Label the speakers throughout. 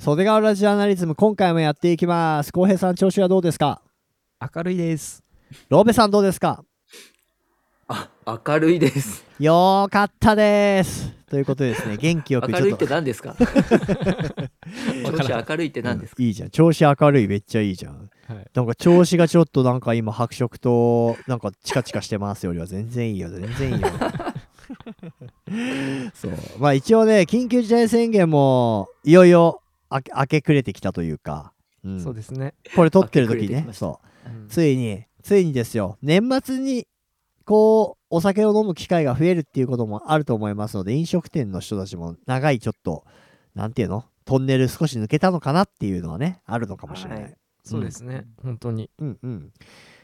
Speaker 1: 袖ヶ浦ジャーナリズム今回もやっていきます浩平さん調子はどうですか
Speaker 2: 明るいです。
Speaker 1: ロベさんどうですか
Speaker 3: あ、明るい です。
Speaker 1: よーかったですということで ですね元気よ
Speaker 3: 明
Speaker 1: くち
Speaker 3: るい
Speaker 1: ょ
Speaker 3: っ
Speaker 1: っと
Speaker 3: て何ですか調子明るいって何ですか、
Speaker 1: いいじゃん調子明るいめっちゃいいじゃん
Speaker 2: はい。
Speaker 1: なんか調子がちょっとなんか今白色となんかチカチカしてますよりは全然いいよ全然い いよそうまあ一応ね緊急事態宣言もいよいよ明け明け暮れてきたというか、うん
Speaker 2: そうですね。
Speaker 1: これ撮ってる時に
Speaker 3: 明け暮れて
Speaker 1: ね
Speaker 3: きました
Speaker 1: そう
Speaker 2: うん
Speaker 1: ついについにですよ年末にこうお酒を飲む機会が増えるっていうこともあると思いますので飲食店の人たちも長いちょっとなんていうのトンネル少し抜けたのかなっていうのはねあるのかもしれない、
Speaker 3: はい
Speaker 2: そうですね。本当に。
Speaker 1: うんうん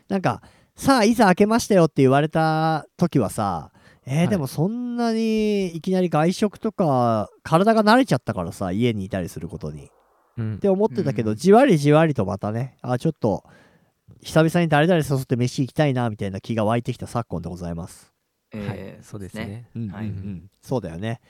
Speaker 1: なんかさあいざ開けましたよって言われた時はさえー
Speaker 2: はい
Speaker 1: でもそんなにいきなり外食とか体が慣れちゃったからさ家にいたりすることに
Speaker 2: うん
Speaker 1: っ。て思ってたけど、
Speaker 3: うん
Speaker 1: じわりじわりとまたねあちょっと久々に誰々誘って飯行きたいなみたいな気が湧いてきた昨今でございます。
Speaker 2: はい
Speaker 3: え。ー
Speaker 2: そうです。ね。
Speaker 1: うんうんうん
Speaker 3: はい
Speaker 1: そうだよね。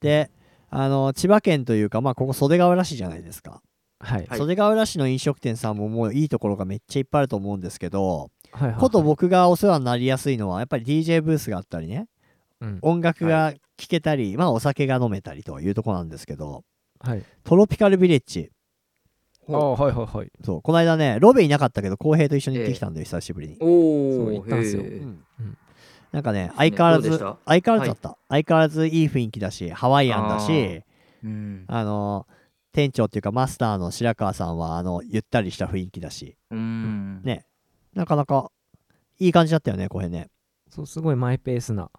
Speaker 1: であの千葉県というか、まあ、ここ袖ヶ浦市じゃないですか、
Speaker 2: はい。
Speaker 3: はい
Speaker 1: 袖ヶ浦市の飲食店さんももういいところがめっちゃいっぱいあると思うんですけど、
Speaker 2: はいはい。
Speaker 1: こと僕がお世話になりやすいのはやっぱり DJ ブースがあったりね
Speaker 2: うん。
Speaker 1: 音楽が聴けたり、まあ、お酒が飲めたりというところなんですけど
Speaker 2: はい。
Speaker 1: トロピカルビレッジ
Speaker 2: ああ、はいはいはい。
Speaker 1: そうこの間ねロベいなかったけど浩平と一緒に行ってきたんで、久しぶりに
Speaker 3: お
Speaker 2: そ
Speaker 3: お。
Speaker 2: う行ったんですよ
Speaker 3: へー
Speaker 2: うん
Speaker 1: なんかね
Speaker 3: い
Speaker 1: 相
Speaker 3: いですね
Speaker 1: 変わらず
Speaker 3: どうでした
Speaker 1: 相変わらずだった、相変わらずいい雰囲気だしハワイアンだし
Speaker 3: うん。
Speaker 1: あの店長っていうかマスターの白川さんはあのゆったりした雰囲気だし
Speaker 3: うん。
Speaker 1: ねなかなかいい感じだったよねこれね
Speaker 2: そう、すごいマイペースな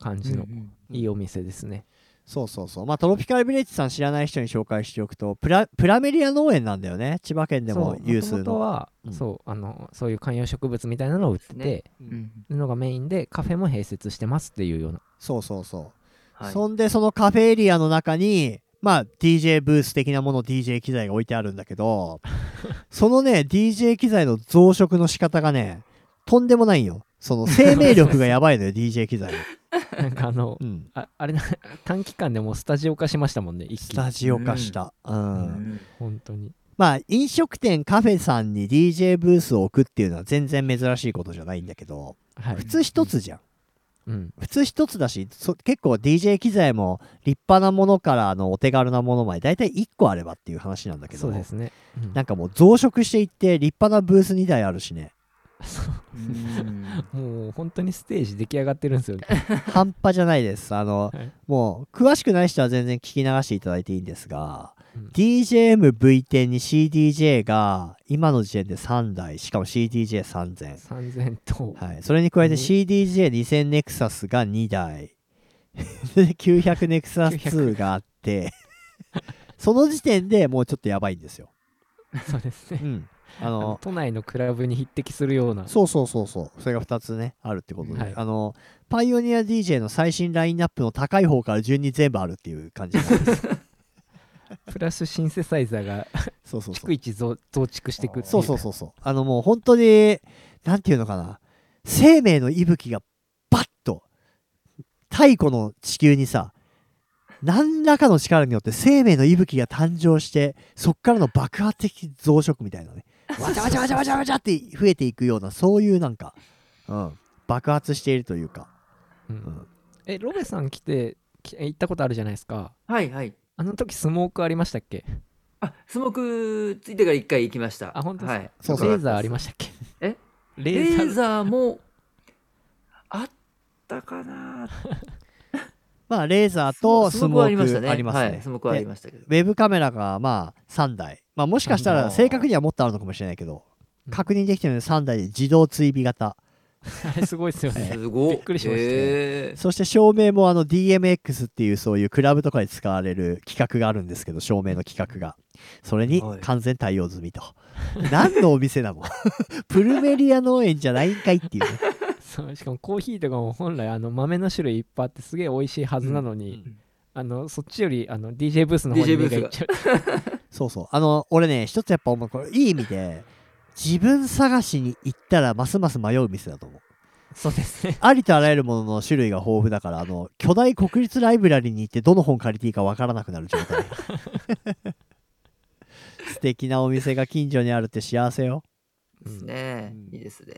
Speaker 2: 感
Speaker 3: う
Speaker 2: じ
Speaker 3: んう
Speaker 2: の
Speaker 3: ん。
Speaker 2: いいお店ですね。
Speaker 1: そうそうそうまあトロピカルビレッジさん知らない人に紹介しておくとプラプラメリア農園なんだよね千葉県でも
Speaker 2: そう
Speaker 1: 有数
Speaker 2: 元々
Speaker 1: の
Speaker 2: は
Speaker 1: うん
Speaker 2: そうあのそういう観葉植物みたいなのを売ってて、
Speaker 3: うん
Speaker 2: のがメインでカフェも併設してますっていうような。
Speaker 1: そうそうそう
Speaker 3: はい。
Speaker 1: そんでそのカフェエリアの中にまあ DJ ブース的なもの DJ 機材が置いてあるんだけ どそのね DJ 機材の増殖の仕方がねとんでもないんよその生命力がやばい のよ DJ 機材の、
Speaker 2: なんかあの
Speaker 1: うん、
Speaker 2: ああれな短期間でもうスタジオ化しましたもんね一
Speaker 1: ス
Speaker 2: 気に
Speaker 1: タジオ化した、うん
Speaker 3: うん
Speaker 2: 本当に
Speaker 1: まあ飲食店カフェさんに DJ ブースを置くっていうのは全然珍しいことじゃないんだけど
Speaker 2: はい
Speaker 1: 普通一つじゃん
Speaker 2: うん
Speaker 1: 普通一つだしそ結構 DJ 機材も立派なものからあのお手軽なものまで大体1個あればっていう話なんだけど
Speaker 2: そうですねうん
Speaker 1: なんかもう増殖していって立派なブース2台あるし ね
Speaker 2: そう
Speaker 3: うん
Speaker 2: もう本当にステージ出来上がってるんですよね
Speaker 1: 半端じゃないですあの、
Speaker 2: はい
Speaker 1: もう詳しくない人は全然聞き流していただいていいんですが、
Speaker 2: うん
Speaker 1: DJMV10 に CDJ が今の時点で3台しかも CDJ3000
Speaker 2: 3000と
Speaker 1: はい、それに加えて
Speaker 2: うん
Speaker 1: CDJ2000 ネクサスが2台 で900ネクサス2があ ってその時点でもうちょっとやばいんですよ、
Speaker 2: そうです
Speaker 1: う
Speaker 2: ね
Speaker 1: ん、あ
Speaker 2: あ の
Speaker 1: の
Speaker 2: 都内のクラブに匹敵するような
Speaker 1: そうそうそうそうそれが2つねあるってことで、
Speaker 2: はい
Speaker 1: あのパイオニア DJ の最新ラインナップの高い方から順に全部あるっていう感じなん です
Speaker 2: プラスシンセサイザーが
Speaker 1: そうそうそう
Speaker 2: 逐一増増築していくってい
Speaker 1: そうそうそうそうあのもう本当になんていうのかな生命の息吹がバッと太古の地球にさ何らかの力によって生命の息吹が誕生してそっからの爆発的増殖みたいな ねわちゃわちゃわちゃわちゃわちゃって増えていくようなそういうなんか、うん、爆発しているというか、
Speaker 2: うん
Speaker 1: うん、
Speaker 2: えロベさん来てき行ったことあるじゃないですか
Speaker 3: はいはい。
Speaker 2: あの時スモークありましたっけ
Speaker 3: あ、スモークついてから一回行きました。
Speaker 2: あ本当です
Speaker 3: は
Speaker 2: か
Speaker 3: い。
Speaker 1: そうそう
Speaker 2: レーザーありましたっけ
Speaker 3: え
Speaker 2: レ
Speaker 3: レ
Speaker 2: ーザー
Speaker 3: ーザーもあったかな。
Speaker 1: まあレーザーとスモ
Speaker 3: は
Speaker 1: ークあ
Speaker 3: あ
Speaker 1: り
Speaker 3: り
Speaker 1: ま
Speaker 3: ますす
Speaker 1: ね
Speaker 3: ね。はい、スモークはありましたけど。
Speaker 1: ウェブカメラがまあ3台、まあ、もしかした
Speaker 3: あ
Speaker 1: ら
Speaker 3: ー
Speaker 1: 正確にはもっとあるのかもしれないけど
Speaker 2: うん
Speaker 1: 確認できてるので3台で自動追尾型
Speaker 2: あれすごいですよね
Speaker 3: すごい
Speaker 2: びっくりしましたね
Speaker 3: へー
Speaker 1: そして照明もあの DMX っていうそういうクラブとかで使われる規格があるんですけど照明の規格がそれに
Speaker 3: はい
Speaker 1: 完全対応済みと、何のお店 なのプルメリア農園じゃないんかいっていうね、
Speaker 2: そうしかもコーヒーとかも本来あの豆の種類いっぱいあってすげえ美味しいはずなのに、
Speaker 1: うん
Speaker 2: あのそっちよりあの DJ ブースの方に
Speaker 3: DJ
Speaker 2: 目がいっちゃう
Speaker 1: そうそうあの俺ね一つやっぱ思うこれいい意味で自分探しに行ったらますます迷う店だと思う
Speaker 2: そうですね
Speaker 1: ありとあらゆるものの種類が豊富だからあの巨 大国立ライブラリに行ってどの本借りていいかわからなくなる状態素敵なお店が近所にあるって幸せよ
Speaker 3: ですね、
Speaker 2: うん
Speaker 3: いいですね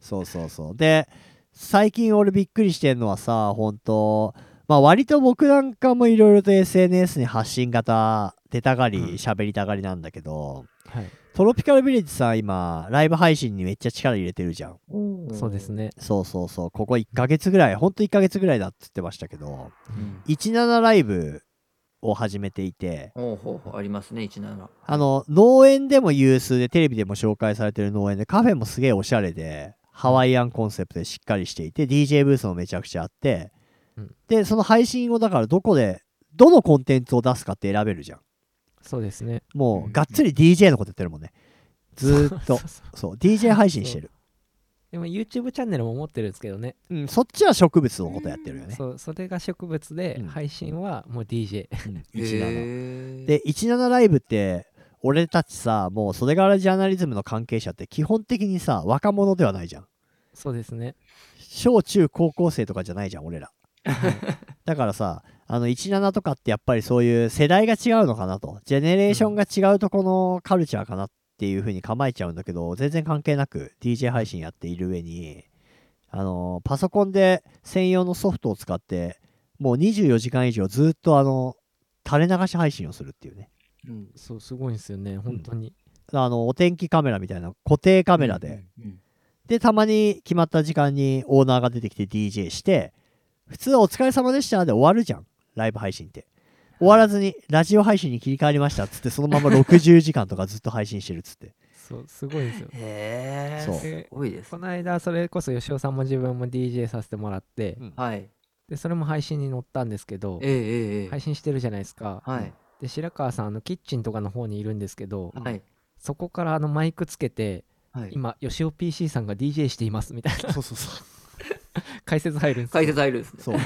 Speaker 1: そうそうそうで最近俺びっくりしてんのはさ本当まあ割と僕なんかもいろいろと SNS に発信型出たがり
Speaker 3: うん
Speaker 1: 喋りたがりなんだけど、
Speaker 2: はい、
Speaker 1: トロピカルビレッジさん今ライブ配信にめっちゃ力入れてるじゃん
Speaker 2: そうですね。
Speaker 1: そうそうそうここ1ヶ月ぐらいほんと1ヶ月ぐらいだって言ってましたけど
Speaker 3: うん
Speaker 1: 17ライブを始めていて
Speaker 3: ほうほうほうありますね17
Speaker 1: あの農園でも有数でテレビでも紹介されてる農園でカフェもすげえおしゃれでハワイアンコンセプトでしっかりしていて DJ ブースもめちゃくちゃあって、
Speaker 2: うん
Speaker 1: でその配信をだからどこでどのコンテンツを出すかって選べるじゃん
Speaker 2: そうですね。
Speaker 1: も
Speaker 3: う
Speaker 1: うんがっつり DJ のことやってるもんねずーっ
Speaker 2: そ
Speaker 1: と
Speaker 2: う そうそう
Speaker 1: そう DJ 配信してる
Speaker 2: でも YouTube チャンネルも持ってるんですけどね。
Speaker 1: うん、そっちは植物のことやってるよ ね、
Speaker 2: そう、それが植物
Speaker 1: う
Speaker 2: で
Speaker 1: ん
Speaker 2: 配信はもう DJ。
Speaker 1: うん
Speaker 3: へ
Speaker 1: 17
Speaker 3: ー
Speaker 1: で17ライブって俺たちさもうそれからジャーナリズムの関係者って基本的にさ若者ではないじゃん
Speaker 2: そうですね。
Speaker 1: 小中高校生とかじゃないじゃん俺らだからさあの17とかってやっぱりそういう世代が違うのかなとジェネレーションが違うとこのカルチャーかなっていう風に構えちゃうんだけど全然関係なく DJ 配信やっている上にあのパソコンで専用のソフトを使ってもう24時間以上ずっとあの垂れ流し配信をするっていうね
Speaker 3: うん
Speaker 2: そう、すごいんですよね、本当に。
Speaker 1: あのお天気カメラみたいな固定カメラで、
Speaker 3: うん
Speaker 1: でたまに決まった時間にオーナーが出てきて DJ して普通は「お疲れ様でした」で終わるじゃんライブ配信って終わらずにラジオ配信に切り替わりましたっつってそのまま60時間とかずっと配信してるっつって
Speaker 2: そう、すごいんですよ。
Speaker 3: へえ
Speaker 1: そう
Speaker 3: すごいです
Speaker 2: こ
Speaker 3: ね
Speaker 2: の間、それこそ吉尾さんも自分も DJ させてもらって、
Speaker 1: うん
Speaker 3: はい
Speaker 2: で、それも配信に載ったんですけど
Speaker 3: え、ええええ
Speaker 2: 配信してるじゃないですか。
Speaker 3: はい
Speaker 2: で、白川さん、あの、キッチンとかの方にいるんですけど、
Speaker 3: はい
Speaker 2: そこからあのマイクつけて、
Speaker 3: はい
Speaker 2: 今、吉尾 PC さんが DJ していますみたいな
Speaker 1: そうそうそう
Speaker 2: 解説入るんですよ
Speaker 3: 解説入るんですね
Speaker 1: そう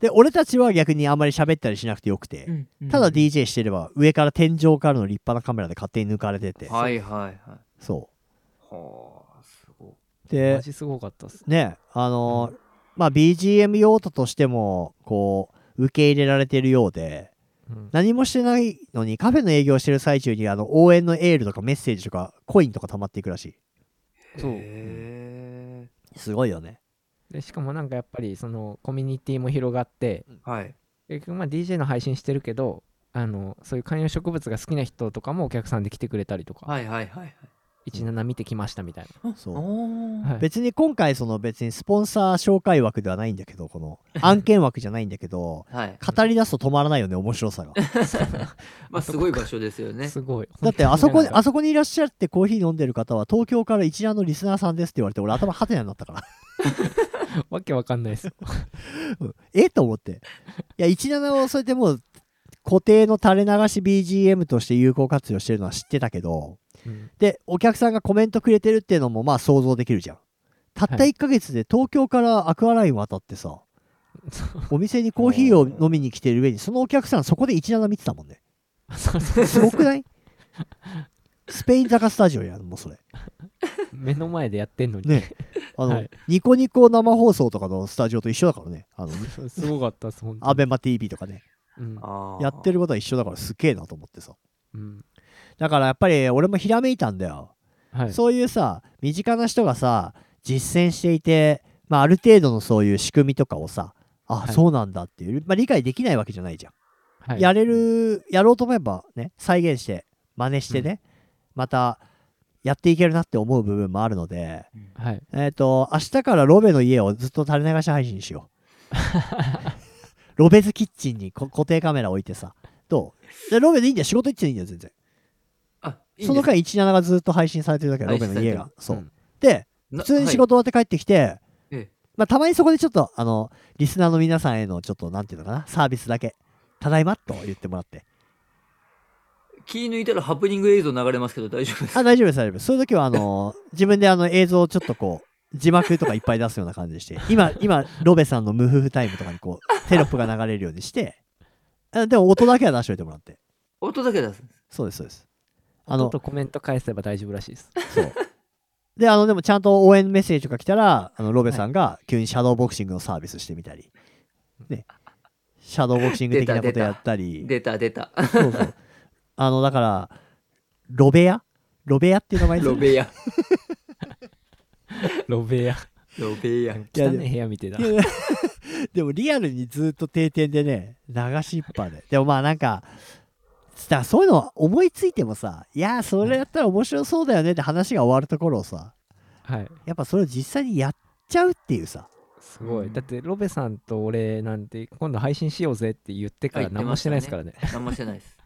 Speaker 1: で俺たちは逆にあんまり喋ったりしなくてよくて、
Speaker 3: うんうん
Speaker 1: ただ DJ してれば上から天井からの立派なカメラで勝手に抜かれてて、
Speaker 3: はいはいはいは
Speaker 1: そ
Speaker 3: あすごいう
Speaker 1: で
Speaker 2: マジすごかったっす。
Speaker 1: ねあのーまあ BGM 用途としてもこう受け入れられてるようで
Speaker 2: うん
Speaker 1: 何もしてないのにカフェの営業してる最中にあの応援のエールとかメッセージとかコインとか溜まっていくらし
Speaker 2: そう
Speaker 3: へ
Speaker 1: いすごいよね
Speaker 2: でしかもなんかやっぱりそのコミュニティも広がって
Speaker 3: ーはい
Speaker 2: 結局まあ DJ の配信してるけどあのそういう観葉植物が好きな人とかもお客さんで来てくれたりとか、
Speaker 3: はいはいはい
Speaker 2: 17見てきましたみたい
Speaker 3: はい
Speaker 1: そう
Speaker 3: おー
Speaker 2: な、はい
Speaker 1: 別に今回その別にスポンサー紹介枠ではないんだけどこの案件枠じゃないんだけど
Speaker 3: はい
Speaker 1: 語り出すと止まらないよね面白さが
Speaker 3: まあすごい場所ですよね
Speaker 2: すごい
Speaker 1: だってあそこにあ
Speaker 2: あ
Speaker 1: そこにいらっしゃってコーヒー飲んでる方は東京から一覧のリスナーさんですって言われて俺頭ハテナになったから
Speaker 2: わけわかんないです
Speaker 1: うんえと思って。いや、17をそれでもう固定の垂れ流し BGM として有効活用してるのは知ってたけど、
Speaker 2: うん
Speaker 1: で、お客さんがコメントくれてるっていうのもまあ想像できるじゃん。たった
Speaker 2: はい
Speaker 1: 1ヶ月で東京からアクアライン渡ってさ、
Speaker 2: そう
Speaker 1: お店にコーヒーを飲みに来てる上に、そのお客さんそこで17見てたもんね。
Speaker 2: そうそう
Speaker 1: すごくないスペイン坂スタジオやん、もうそれ。
Speaker 2: 目の前でやってんのに、
Speaker 1: ねあの、
Speaker 2: はい
Speaker 1: ニコニコ生放送とかのスタジオと一緒だからね。あの、
Speaker 2: そうすごかったっす本当
Speaker 1: ア
Speaker 2: に
Speaker 1: ベマ TV とかね。
Speaker 2: うん
Speaker 3: あー
Speaker 1: やってることは一緒だからすげえなと思ってさ。
Speaker 2: うん
Speaker 1: だからやっぱり俺もひらめいたんだよ、
Speaker 2: はい
Speaker 1: そういうさ身近な人がさ実践していて、まあ、ある程度のそういう仕組みとかをさあ、
Speaker 2: はい
Speaker 1: そうなんだっていう、まあ、理解できないわけじゃないじゃん、
Speaker 2: はい
Speaker 1: やれるやろうと思えばね再現して真似してね、またやっていけるなって思う部分もあるので
Speaker 2: はい
Speaker 1: えっ、と明日からロベの家をずっと垂れ流し配信しよう ロベズキッチンにこ固定カメラ置いてさどうでロベでいいんだよ仕事行っていいんだよ全然
Speaker 3: あいいんです
Speaker 1: その間17がずっと配信されてるだけロ
Speaker 3: 配
Speaker 1: ベの
Speaker 3: 信されて
Speaker 1: 家
Speaker 3: る
Speaker 1: が。そう、
Speaker 2: うん
Speaker 1: で、
Speaker 3: な
Speaker 1: 普通に仕事終わって帰ってきて、
Speaker 3: はいえ
Speaker 1: まあ、たまにそこでちょっと、あの、リスナーの皆さんへの、ちょっと、なんていうのかな、サービスだけ、ただいまと言ってもらって。
Speaker 3: え気抜いたらハプニング映像流れますけど大丈夫ですか
Speaker 1: あ、大丈夫です、大丈夫です。そういう時は、あの、 自分であの映像をちょっとこう、字幕とかいっぱい出すような感じにして、今、今、ロベさんの無夫婦タイムとかにこう、テロップが流れるようにして、あでも音だけは出しといてもらって。
Speaker 3: 音だけ出すんです
Speaker 1: そうです、そうです。あ
Speaker 2: あの
Speaker 1: の
Speaker 2: と、コメント返せば大丈夫らしい です
Speaker 1: そう。で、あの、でもちゃんと応援メッセージとか来たら、あの、ロベさんが急にシャドーボクシングのサービスしてみたり、 ね、シャドーボクシング的なことやったり、
Speaker 3: 出た出た
Speaker 1: そうそう あのだからロベアロベアっていう名前です
Speaker 3: ロベヤ。
Speaker 2: ロベ屋
Speaker 3: ロベヤ。
Speaker 2: 汚い部屋みてえだ
Speaker 1: いやでもリアルにずっと定点でね流しっぱででもまあなんかだからそういうのは思いついてもさいやーそれやったら面白そうだよねって話が終わるところをさ
Speaker 2: はい
Speaker 1: やっぱそれを実際にやっちゃうっていうさ
Speaker 2: すご
Speaker 3: う
Speaker 2: い
Speaker 3: ん
Speaker 2: だってロベさんと俺なんて今度配信しようぜって言ってから
Speaker 3: あ言って
Speaker 2: 何
Speaker 3: ま
Speaker 2: も
Speaker 3: し
Speaker 2: したて
Speaker 3: ね
Speaker 2: ないですからね
Speaker 3: 何もしてないです。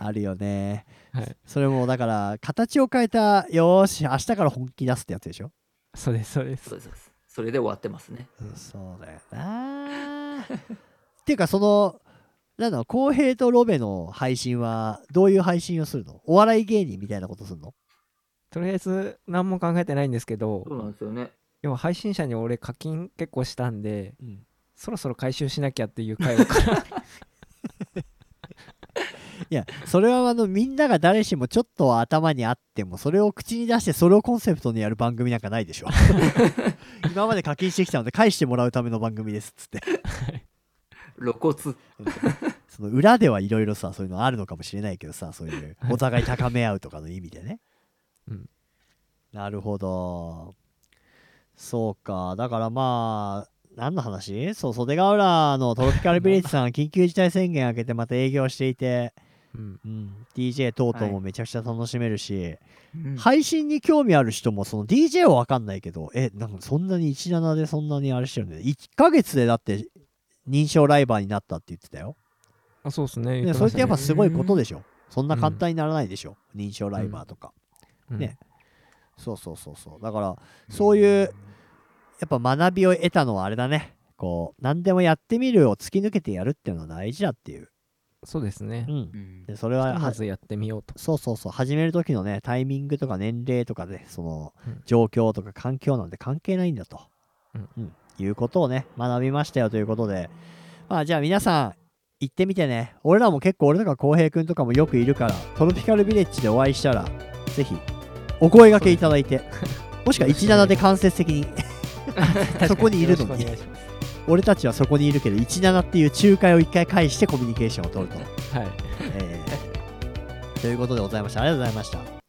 Speaker 1: あるよね
Speaker 2: はい
Speaker 1: それもだから形を変えたよーし明日から本気出すってやつでしょ
Speaker 2: そうですそうで
Speaker 3: そう
Speaker 2: す
Speaker 3: ですそうです。それで終わってますね。
Speaker 1: そうだよなっていうかそのなんだろう浩平とロベの配信はどういう配信をするのお笑い芸人みたいなことするの
Speaker 2: とりあえず何も考えてないんですけど
Speaker 3: そうなんですよね。
Speaker 2: 要は配信者に俺課金結構したんで
Speaker 1: うん
Speaker 2: そろそろ回収しなきゃっていう 回を
Speaker 1: いやそれはあのみんなが誰しもちょっとは頭にあってもそれを口に出してそれをコンセプトにやる番組なんかないでしょ今まで課金してきたので返してもらうための番組ですっつって
Speaker 3: 露骨。
Speaker 1: その裏ではいろいろさそういうのあるのかもしれないけどさそういうお互い高め合うとかの意味でね、
Speaker 2: うん
Speaker 1: なるほどそうかだからまあ何の話そう袖ヶ浦のトロピカルビレッジさん緊急事態宣言明けてまた営業していて、
Speaker 2: うん
Speaker 1: うん、DJ 等々
Speaker 3: は
Speaker 1: も
Speaker 3: い
Speaker 1: めちゃくちゃ楽しめるし、
Speaker 3: うん
Speaker 1: 配信に興味ある人もその DJ は分かんないけどえなんかそんなに17でそんなにあれしてるんで1ヶ月でだって認証ライバーになったって言ってたよ
Speaker 2: あそうですね
Speaker 1: ね、それってやっぱすごいことでしょ。そんな
Speaker 2: うん
Speaker 1: 簡単にならないでしょ。認証ライバーとか。ねそうそうそうそう。だから、そういう、やっぱ学びを得たのはあれだね。こう、何でもやってみるを突き抜けてやるっていうのは大事だっていう。
Speaker 2: そうですね
Speaker 1: うん
Speaker 3: う。ん
Speaker 1: でそれ
Speaker 2: ひ
Speaker 1: は
Speaker 2: と
Speaker 1: は
Speaker 2: ま、ずやってみようと
Speaker 1: そうそうそう。始める時のね、タイミングとか年齢とかね、その
Speaker 2: うん
Speaker 1: 状況とか環境なんて関係ないんだと。
Speaker 2: うん
Speaker 1: うんいうことをね、学びましたよということで。まあ、じゃあ皆さん、行ってみてね。俺らも結構、俺とか浩平くんとかもよくいるから、トロピカルビレッジでお会いしたら、ぜひ、お声掛けいただいて、もしくは17で間接的 に、そこにいるのに
Speaker 2: よろしくお願いし
Speaker 1: 俺たちはそこにいるけど、17っていう仲介を一回返してコミュニケーションを取ると。
Speaker 2: ますはい
Speaker 1: えーということでございました。ありがとうございました。